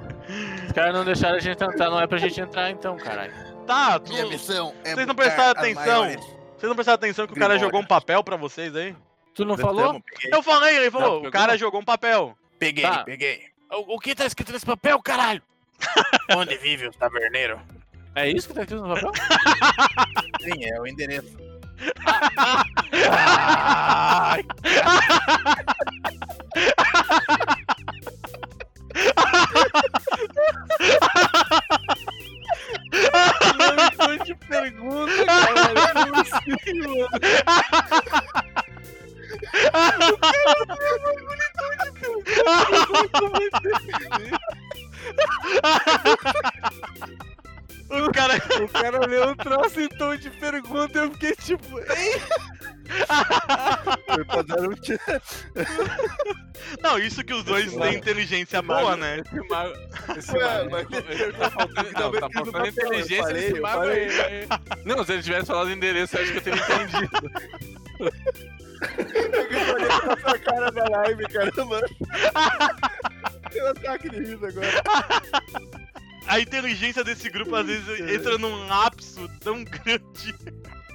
Os caras não deixaram a gente entrar, não é pra gente entrar então, caralho.
Tá, tu...
Minha
vocês
missão é
Vocês não
buscar
prestaram
a
atenção?
maior-
não prestaram atenção que o cara
Grimório.
jogou um papel pra vocês aí?
Tu não falou?
Prestamos, Peguei,
Eu falei, ele falou,
Não,
o cara jogou um papel.
peguei,
Tá.
peguei.
O, o que tá escrito nesse papel, caralho?
Onde vive o taverneiro?
É isso que tá escrito no papel?
Sim, é o endereço.
Não de pergunta, cara.
é
Eu não sei, mano.
O cara...
O cara leu um troço em tom de pergunta eu fiquei tipo.
Foi pra dar um tiro.
Não, isso que os dois têm inteligência
Claro.
boa, né?
Esse mago. Esse
Ué,
mago. Tá faltando, não, tá
fiz
faltando
o papel, eu
inteligência
falei,
nesse
eu
mago
falei.
aí. Não, se ele tivesse falado o endereço, eu acho que eu teria entendido.
Eu olhei pra sua cara na live, caramba. Eu ataque de riso agora.
A inteligência desse grupo às vezes
É.
entra num lapso tão grande.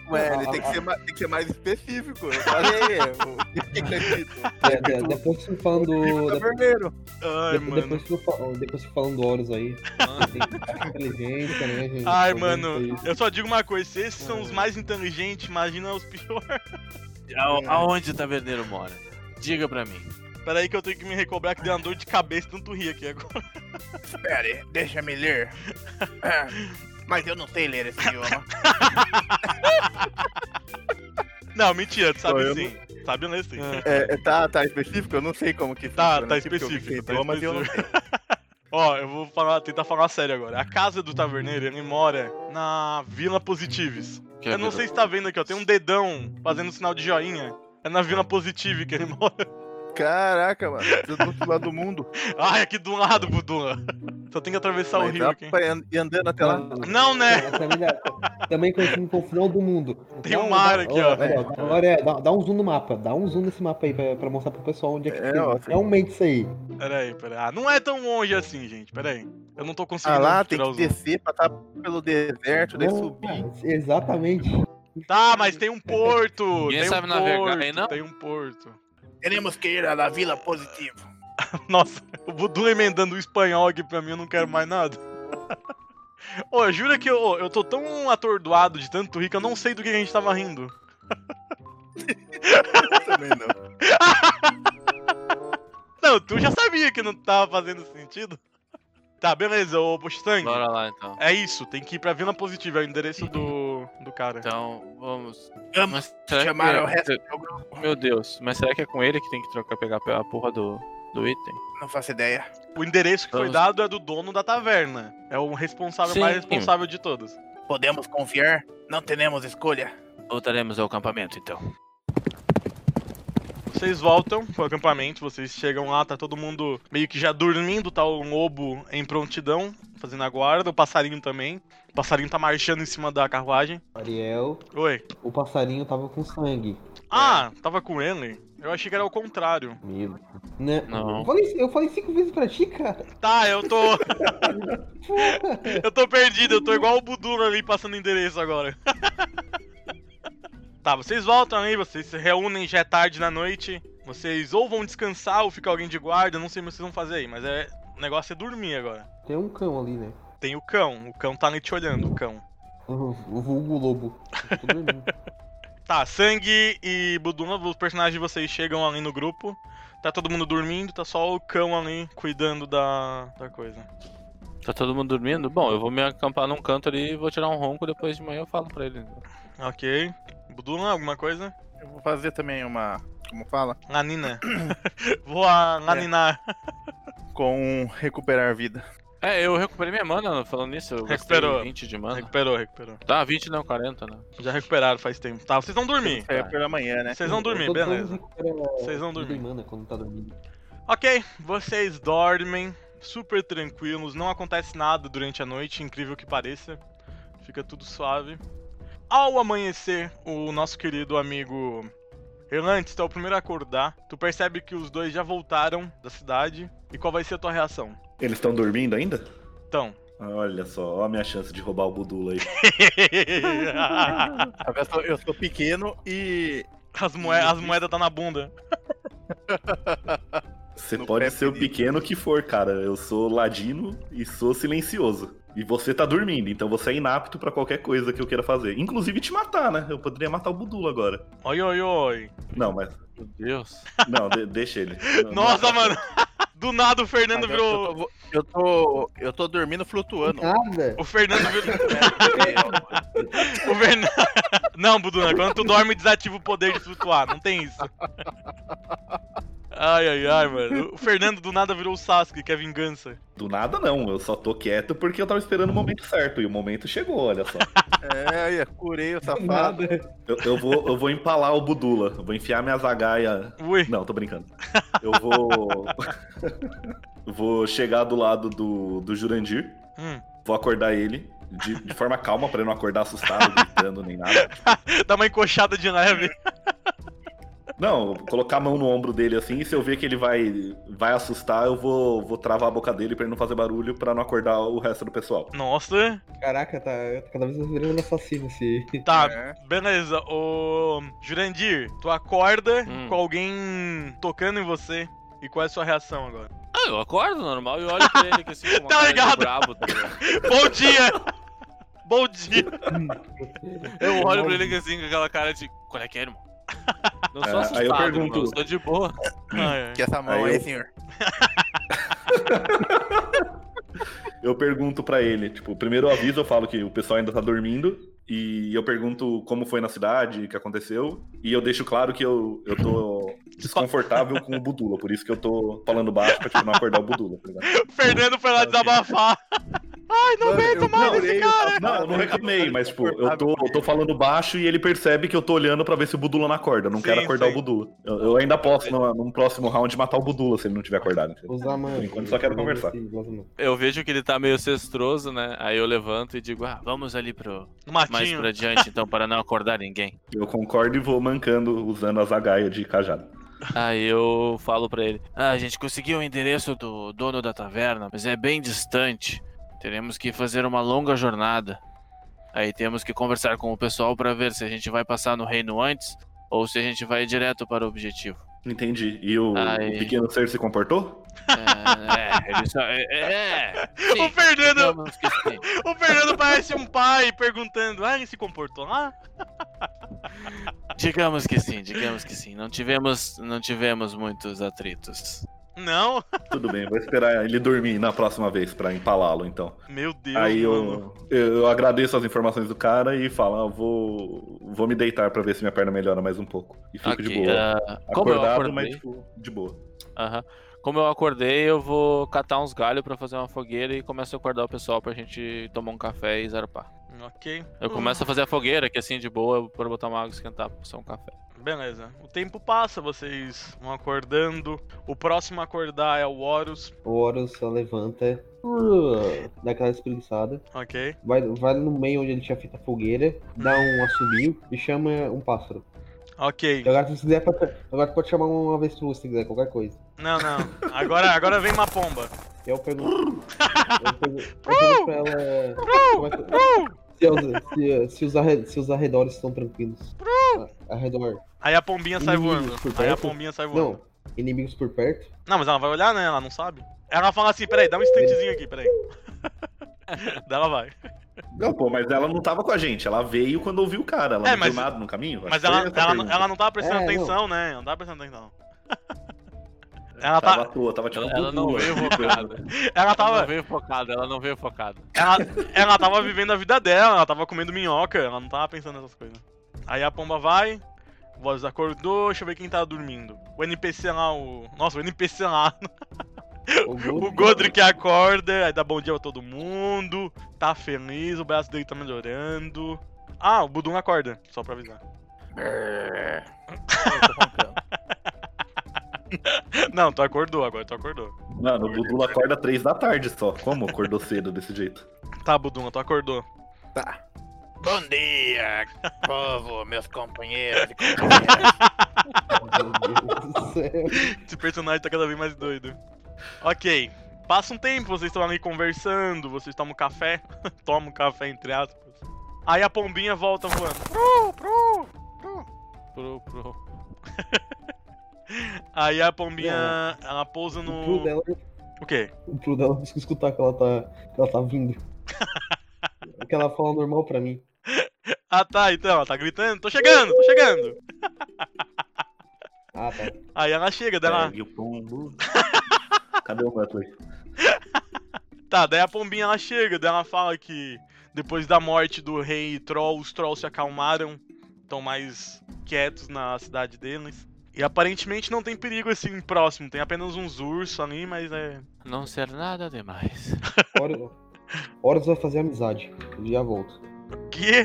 Ué, ele tem que ser, ma- tem que ser mais específico. Eu falei, é, o o que É que tá escrito?
É, de- depois que falando do. depois-
Taverneiro.
Ai, mano. Ah.
Depois, depois, que eu fal- depois que falando do Horus aí, tem que ficar inteligência, né, gente?
Ai,
Todo
mano,
mundo
eu só digo uma coisa, se
É.
esses são os mais inteligentes, imagina os piores.
A- Ah, [laughs] Aonde o taverneiro mora? Diga pra mim.
Pera aí que eu tenho que me recobrar que deu uma dor de cabeça tanto rir aqui agora.
Pera, deixa-me [laughs] ler. Ah, Mas eu não sei ler esse idioma.
Não, mentira, tu sabe
Sou eu,
sim. Sabe ler sim.
É, é, tá, tá específico? Eu não sei como [laughs] que
Tá,
funciona
tá
aqui, porque eu
específico,
fiquei
tá
boa, mas eu não
Ó, eu vou falar- tentar falar sério agora. A casa do taverneiro, ele mora na Vila Positives. Eu não sei se tá vendo aqui, ó. Tem um dedão fazendo sinal de joinha. É na Vila Positive que ele mora.
sei. Caraca, mano. Eu tô do outro lado do mundo.
[laughs] Ai, aqui do lado, Budula. Só tem que atravessar o
Mas
rio
dá
aqui.
pra ir an- ir andando até lá.
Não, né?
É, Família, também conhecido com o final do mundo.
Tem
Dá
um mar
dá-
aqui, ó.
né?
olha, olha, olha, dá, dá um zoom no mapa, dá um zoom nesse mapa aí pra, pra mostrar pro pessoal onde é que
É,
tem.
ó, um-
Realmente isso aí.
Pera aí, pera aí. Ah, não é tão longe assim, gente. Pera aí. Eu não tô
Ah
conseguindo
lá, tem
tirar
que
o zoom.
descer, passar pelo deserto, daí
Não,
subir.
Exatamente.
Tá, mas tem um porto.
Ninguém
tem um
sabe navegar
porto,
aí, não?
Tem um porto.
Teremos que ir à Vila Positivo.
Nossa, o Budula emendando o espanhol aqui pra mim, eu não quero mais nada. Ô, eu juro que eu, ô, eu tô tão atordoado de tanto rir que eu não sei do que a gente tava rindo.
Também não.
[laughs] Não, tu já sabia que não tava fazendo sentido. Tá, beleza, ô Postang.
Bora lá então.
É isso, tem que ir pra Vila Positiva, é o endereço do, do cara.
Então, vamos.
Vamos
Mas será
chamar
que- é
o resto do grupo.
Meu Deus, mas será que é com ele que tem que trocar, pegar a porra do, do item?
Não faço ideia.
O endereço que foi
Vamos.
dado é do dono da taverna. É o responsável,
Sim.
mais responsável de todos.
Podemos confiar? Não temos escolha.
Voltaremos ao acampamento então.
Vocês voltam pro acampamento, vocês chegam lá, tá todo mundo meio que já dormindo, tá o lobo em um prontidão, fazendo a guarda, o passarinho também. O passarinho tá marchando em cima da carruagem.
Ariel,
Oi.
o passarinho tava com sangue.
Ah, tava com ele? Eu achei que era o contrário.
Medo. Né?
Não.
Eu falei, eu falei cinco vezes pra ti, cara.
Tá, eu tô. [laughs]
Porra.
Eu tô perdido, eu tô igual o Buduro ali passando endereço agora. [laughs] tá, vocês voltam aí, vocês se reúnem, já é tarde na noite. Vocês ou vão descansar ou fica alguém de guarda, eu não sei o que vocês vão fazer aí, mas é. O negócio é dormir agora.
Tem um cão ali, né?
Tem o cão, o cão tá ali te olhando, o cão.
O Uhum. o vulgo lobo. Tô
[laughs]
dormindo.
Tá, Sangue e Buduna, os personagens de vocês chegam ali no grupo. Tá todo mundo dormindo, tá só o cão ali cuidando da, da coisa.
Tá todo mundo dormindo? Bom, eu vou me acampar num canto ali e vou tirar um ronco depois de manhã eu falo pra ele.
Ok. Buduna, alguma coisa?
Eu vou fazer também uma. Como fala?
Lanina. Vou a laninar.
Com recuperar vida.
É, eu recuperei minha mana falando nisso. Eu gastei
Recuperou.
20 de mana.
Recuperou, recuperou.
Tá, 20 não, 40, né?
Já recuperaram faz tempo. Tá, vocês vão dormir.
É pela manhã, [laughs] né?
Vocês vão dormir,
Todo mundo
beleza.
recupera
Vocês vão
vida
dormir.
e mana quando tá dormindo.
Ok, vocês dormem super tranquilos, não acontece nada durante a noite, incrível que pareça. Fica tudo suave. Ao amanhecer, o nosso querido amigo Erlantes, tu é o primeiro a acordar. Tu percebe que os dois já voltaram da cidade. E qual vai ser a tua reação?
Eles estão dormindo ainda? Ah,
Então.
Olha só, olha a minha chance de roubar o Budula aí.
Tá vendo? [laughs] Eu sou- Eu sou pequeno e.
as, moe- as moedas tá na bunda.
Você
No pé
pode ser o
ferido.
pequeno que for, cara. Eu sou ladino e sou silencioso. E você tá dormindo, então você é inapto pra qualquer coisa que eu queira fazer. Inclusive te matar, né? Eu poderia matar o Budula agora.
Oi, oi, oi.
Não, mas.
Meu Deus.
Não, de-
[laughs]
deixa ele. Não,
Nossa,
não.
mano. Do nada o Fernando
Mas eu-
virou.
eu tô- Eu tô. Eu tô dormindo flutuando.
Nada.
O Fernando virou.
É,
O Verna... [laughs] Não, Buduna, quando tu dorme, desativa o poder de flutuar. Não tem isso. Ai, ai, ai, mano. O Fernando do nada virou o Sasuke, que é vingança.
Do nada não, eu só tô quieto porque eu tava esperando o
Uhum.
momento certo. E o momento chegou, olha só.
é, eu curei o safado.
Nada.
Eu, eu vou, eu vou empalar o Budula. Eu Vou enfiar minha zagaia.
Ui.
Não, tô brincando. Eu vou. [laughs] vou chegar do lado do, do Jurandir.
Hum.
Vou acordar ele de, de forma calma pra ele não acordar assustado, gritando nem nada.
Dá uma encoxada de leve.
Não, eu vou colocar a mão no ombro dele assim, e se eu ver que ele vai, vai assustar, eu vou, vou travar a boca dele pra ele não fazer barulho pra não acordar o resto do pessoal.
Nossa.
Caraca, tá tá cada vez mais virando assassino esse.
Tá,
É.
beleza. Ô. Jurandir, tu acorda
Hum.
com alguém tocando em você. E qual é a sua reação agora?
Ah, eu acordo normal e olho pra ele que [laughs] assim, com uma
Tá
cara de
ligado?
brabo, tá ligado?
Bom dia! [laughs] Bom dia!
Eu olho pra ele que assim, com aquela cara de. Qual é que é, irmão? Não sou
É, aí eu
assustado,
pergunto-
irmão, eu tô de [laughs] boa.
Ai, ai.
Que essa mão
Aí
aí,
eu-
senhor.
Eu pergunto pra ele, tipo, primeiro eu aviso, eu falo que o pessoal ainda tá dormindo. E eu pergunto como foi na cidade, o que aconteceu. E eu deixo claro que eu, eu tô desconfortável com o Budula, por isso que eu tô falando baixo pra tipo, não acordar o Budula, tá ligado?
O Fernando foi lá desabafar. Ai, não aguento mais esse cara!
Não, eu não reclamei, mas tipo, eu tô, eu tô falando baixo e ele percebe que eu tô olhando pra ver se o Budula não acorda. Eu Não
Sim,
quero acordar
sim.
o Budula. Eu, eu ainda posso, numa- num próximo round, matar o Budula se ele não tiver acordado. entendeu?
[laughs] Usar mana.
Por enquanto, só quero conversar.
Esse vazamento.
Eu vejo que ele tá meio cestroso, né? Aí eu levanto e digo, ah, vamos ali pro.
No
Mais
matinho.
pra diante, então, para não acordar
[laughs]
ninguém.
Eu concordo e vou mancando usando a zagaia de cajado.
Aí eu falo pra ele: Ah, a gente conseguiu o endereço do dono da taverna, mas é bem distante. Teremos que fazer uma longa jornada. Aí temos que conversar com o pessoal pra ver se a gente vai passar no reino antes ou se a gente vai direto para o objetivo. [laughs]
Entendi. E o,
Ai.
o pequeno ser se comportou?
É, é, ele só- é, é,
O
sim,
Fernando,
digamos que sim.
O Fernando parece um pai perguntando: Ah, ele se comportou lá?
Digamos que sim, digamos que sim. Não tivemos, não tivemos muitos atritos.
Não?
Tudo bem, vou esperar ele dormir na próxima vez pra empalá-lo, então.
Meu Deus,
Aí
mano.
eu, eu agradeço as informações do cara e falo, ah, vou, vou me deitar pra ver se minha perna melhora mais um pouco. E fico de
Ok,
boa.
ah, como eu
Acordado,
acordei,
mas tipo, de boa.
Aham. Como eu acordei, eu vou catar uns galhos pra fazer uma fogueira e começo a acordar o pessoal pra gente tomar um café e zarpar.
Ok.
Hum. Eu começo a fazer a fogueira, que assim de boa, pra botar uma água e esquentar, pra ser um café.
Hum, Beleza. O tempo passa, vocês vão acordando. O próximo a acordar é o Horus.
O Horus só levanta, uh, dá aquela espreguiçada,
Ok.
vai, vai no meio onde ele tinha feito a fogueira, dá um assobio e chama um pássaro.
Ok.
E agora, se quiser, pode, agora pode chamar um avestruz, se quiser, qualquer coisa.
Não, não. Agora, agora vem uma pomba.
Eu pergunto, eu pergunto, eu pergunto pra ela como é que- se, os- se- se os arre- se os arredores estão tranquilos. A- Arredor.
Aí a pombinha sai
Ih,
voando.
por
Aí
é
a
perto?
pombinha sai voando.
Não, inimigos por perto.
Não, mas ela vai olhar, né? Ela não sabe. Ela fala assim, peraí, dá um instantezinho aqui, peraí. Daí ela vai.
Não, pô, mas ela não tava com a gente. Ela veio quando ouviu o cara. Ela
É,
não
mas-
viu nada no caminho? Acho
Mas
que
ela,
foi essa a
ela,
pergunta.
ela não tava prestando
É, não.
atenção, né? Não tava prestando atenção. Ela,
Tava à
tá,
toa, tava tirando
Ela, ela não
Gugu,
veio
assim,
focada.
ela
Ela não
tava.
veio focada, ela não veio focada.
Ela, ela tava vivendo a vida dela, ela tava comendo minhoca, ela não tava pensando nessas coisas. Aí a pomba vai, o voz acordou, deixa eu ver quem tava dormindo. O NPC lá, o. Nossa, o NPC lá [laughs]
O
[laughs] O
Godric-
Godric acorda, aí dá bom dia pra todo mundo, tá feliz, o braço dele tá melhorando. Ah, o Budum acorda, só pra avisar. Não, tu acordou agora, tu acordou.
Mano, o Dudu acorda três da tarde só. Como acordou cedo desse jeito?
Tá, Budum, tu acordou.
Bom dia, povo, meus companheiros e companheiras.
Meu Deus do céu.
[laughs] Esse personagem tá cada vez mais doido. Ok. Passa um tempo, vocês estão ali conversando, vocês tomam café. [laughs] Tomam café, entre aspas. Aí a pombinha volta voando. Pru, pru, pru, pru, pru. [laughs] Aí a pombinha, ela pousa
O Pru
no...
dela,
O quê?
o Pru dela precisa escutar que ela tá, que ela tá
[laughs]
vindo. que ela fala normal pra mim.
Ah tá, então, ela tá gritando, tô chegando, tô chegando.
Ah, tá.
Aí ela chega, daí
É,
ela...
Pegue É, o pombo. Cadê o Butler?
Tá, daí a pombinha ela chega, daí ela fala que depois da morte do rei Troll, os Trolls se acalmaram, estão mais quietos na cidade deles. E aparentemente não tem perigo assim próximo, tem apenas uns ursos ali, mas é.
Não ser nada demais.
Horus- Horus vai fazer amizade. Eu já volto.
Que?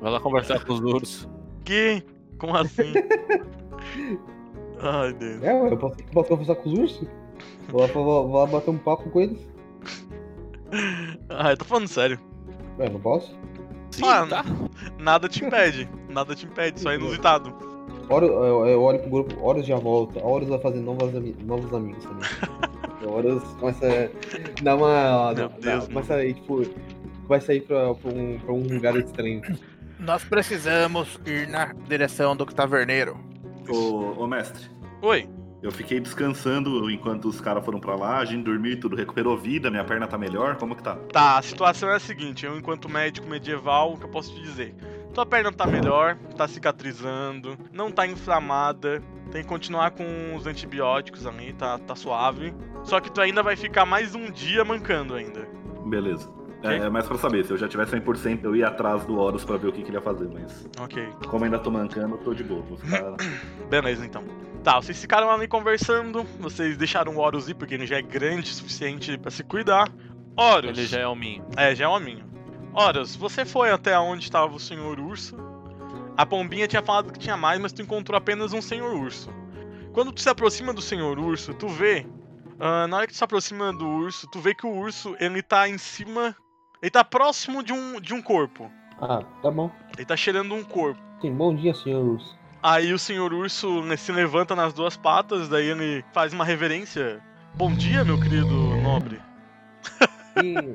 Vai lá conversar com os ursos.
Que? Como assim? Ai, Deus.
É, ué, eu posso, eu posso conversar com os ursos? Vou lá, vou, vou lá bater um papo com eles.
Ai, eu tô falando sério.
Ué, não posso?
Sim,
Ah,
tá.
Nada te impede. Nada te impede, só é inusitado.
Horus, eu, eu olho pro grupo, Horus já volta. Horus vai fazer novas, ami- novos
[laughs]
amigos também. Então, Horus começa a dar uma.
Meu
dá-
Deus,
começa a ir, tipo. Vai sair pra, pra um, pra um lugar estranho.
Nós precisamos ir na direção do taverneiro.
Ô, ô, mestre,
Oi.
eu fiquei descansando enquanto os caras foram pra lá. A gente dormiu e tudo. Recuperou vida, minha perna tá melhor. Como que tá?
Tá, a situação é a seguinte, eu enquanto médico medieval, o que eu posso te dizer? Tua perna tá melhor, tá cicatrizando, não tá inflamada, tem que continuar com os antibióticos ali, tá, tá suave. Só que tu ainda vai ficar mais um dia mancando ainda.
Beleza. É, é mais pra saber, se eu já tivesse 100%, eu ia atrás do Horus pra ver o que, que ele ia fazer, mas
Ok.
como ainda tô mancando, eu tô de boa. Vou ficar
Beleza, então. Tá, vocês ficaram ali conversando, vocês deixaram o Horus ir, porque ele já é grande o suficiente pra se cuidar. Horus.
Ele já é o minho.
É, já é um hominho. Horus, você foi até onde estava o senhor urso. A pombinha tinha falado que tinha mais, mas tu encontrou apenas um senhor urso. Quando tu se aproxima do senhor urso, tu vê... ah, na hora que tu se aproxima do urso, tu vê que o urso, ele tá em cima... Ele tá próximo de um, de um corpo.
Ah, tá bom.
Ele tá cheirando um corpo.
Sim, bom dia, senhor urso.
Aí o senhor urso né, se levanta nas duas patas, daí ele faz uma reverência. Bom dia, meu querido nobre.
E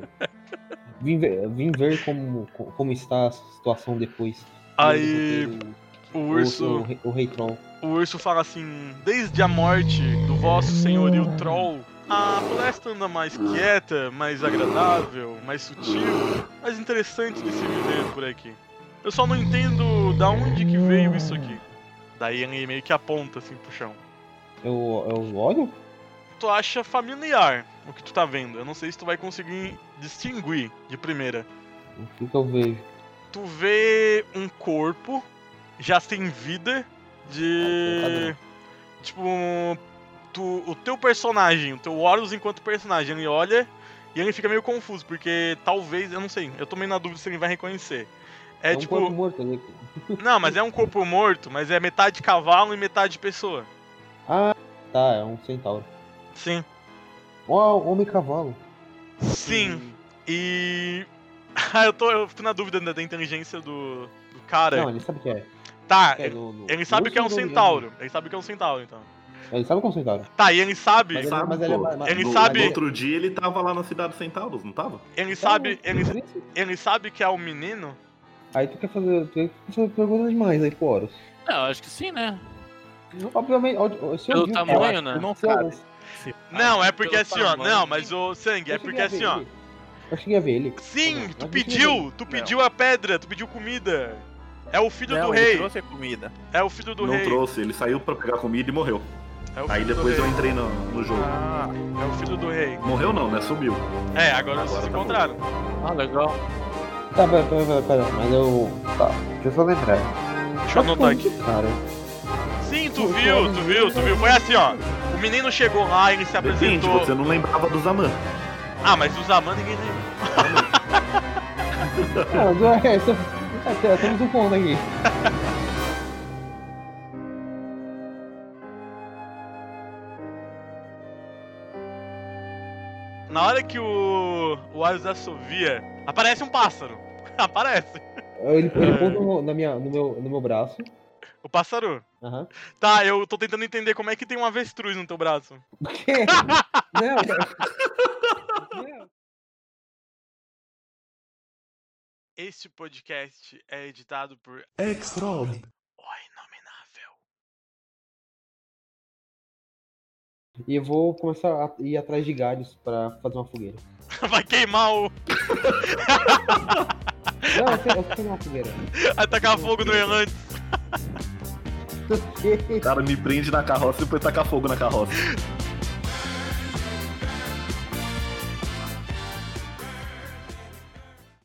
vim ver, vim ver como, como está a situação depois.
Aí o
O
urso...
urso. O, rei- o rei Troll.
O urso fala assim: Desde a morte do vosso senhorio troll, a floresta anda mais quieta, mais agradável, mais sutil, mais interessante de se viver por aqui. Eu só não entendo da onde que veio isso aqui. Daí ele meio que aponta assim pro chão.
Eu, eu olho?
Tu acha familiar o que tu tá vendo. Eu não sei se tu vai conseguir distinguir de primeira.
O que, que eu vejo?
Tu vê um corpo já sem vida
Ah, tá
de
bem.
tipo um- tu, o teu personagem, o teu Horus enquanto personagem, ele olha e ele fica meio confuso porque talvez, eu não sei, eu tô meio na dúvida se ele vai reconhecer. É,
um
tipo.
corpo morto ali. [laughs]
Não, mas é um corpo morto, mas é metade cavalo e metade pessoa.
Ah, tá, é um centauro.
Sim.
Ó, um homem-cavalo.
Sim. E. [laughs] Ah, eu tô, eu fico na dúvida da, da inteligência do, do cara.
Não, ele sabe o que é.
tá,
É
ele,
do- do-
ele sabe o
urso
que é um
ou do-
centauro. Ele sabe o que é um centauro, então.
né? Ele sabe o que é um centauro.
Tá, e ele sabe.
Mas
Sabe,
mas [laughs] ele é
pô.
ma- ma-
Ele
no,
sabe-
No outro dia ele tava lá na cidade dos Centauros, não tava?
Ele sabe.
Então,
Ele,
por isso-
ele sabe que é um menino?
Aí tu quer fazer, tu quer fazer perguntas demais aí pro Horus.
Não, acho que sim, né?
Obviamente, ó, se eu
Pelo
vi o
tamanho,
cara,
né?
se eu-
Não
É
sabe.
Não, é
Ah, pelo
porque assim, ó.
tamanho.
Não, mas o sangue,
eu
é
cheguei
porque
a ver
assim, ó.
ele. Eu cheguei a ver ele. Não,
Sim,
mas
tu
não cheguei a ver
pediu, tu pediu a pedra, tu pediu comida. É o filho do
Não, ele
rei.
trouxe a comida.
É o filho do
não
rei.
trouxe, ele saiu pra pegar comida e morreu.
É o filho
Aí
do
depois eu
rei.
entrei no, no jogo.
Ah, é o filho do rei.
Morreu não, né? Sumiu.
É, agora, vocês
Agora
se
tá
encontraram.
Ah, legal.
Tá, pera, pera, pera, pera, mas eu. Tá, deixa eu só lembrar.
Deixa eu anotar aqui.
Cara,
Sim, tu viu, tu viu, tu viu. Foi assim, ó. O menino chegou lá, ele se
Depende, tipo,
apresentou.
você não lembrava do Zaman.
Ah, mas o Zaman ninguém lembra.
Ah, mas é, é, é, é, temos um ponto aqui.
Na hora que o. O Arius assovia, aparece um pássaro. [laughs] Aparece.
Ele,
É.
ele aponta no, na minha, no, meu, no meu braço.
O pássaro.
Aham.
Tá, eu tô tentando entender como é que tem um avestruz no teu braço.
Que? Não, cara. Não.
Este podcast é editado por
Extraordinário.
O Inominável.
E eu vou começar a ir atrás de galhos pra fazer uma fogueira.
[laughs] Vai queimar o. [laughs]
Não, eu sei, eu sei fazer uma fogueira.
Vai tacar fogo no Elantes.
[laughs]
O cara me prende na carroça e depois taca fogo na carroça.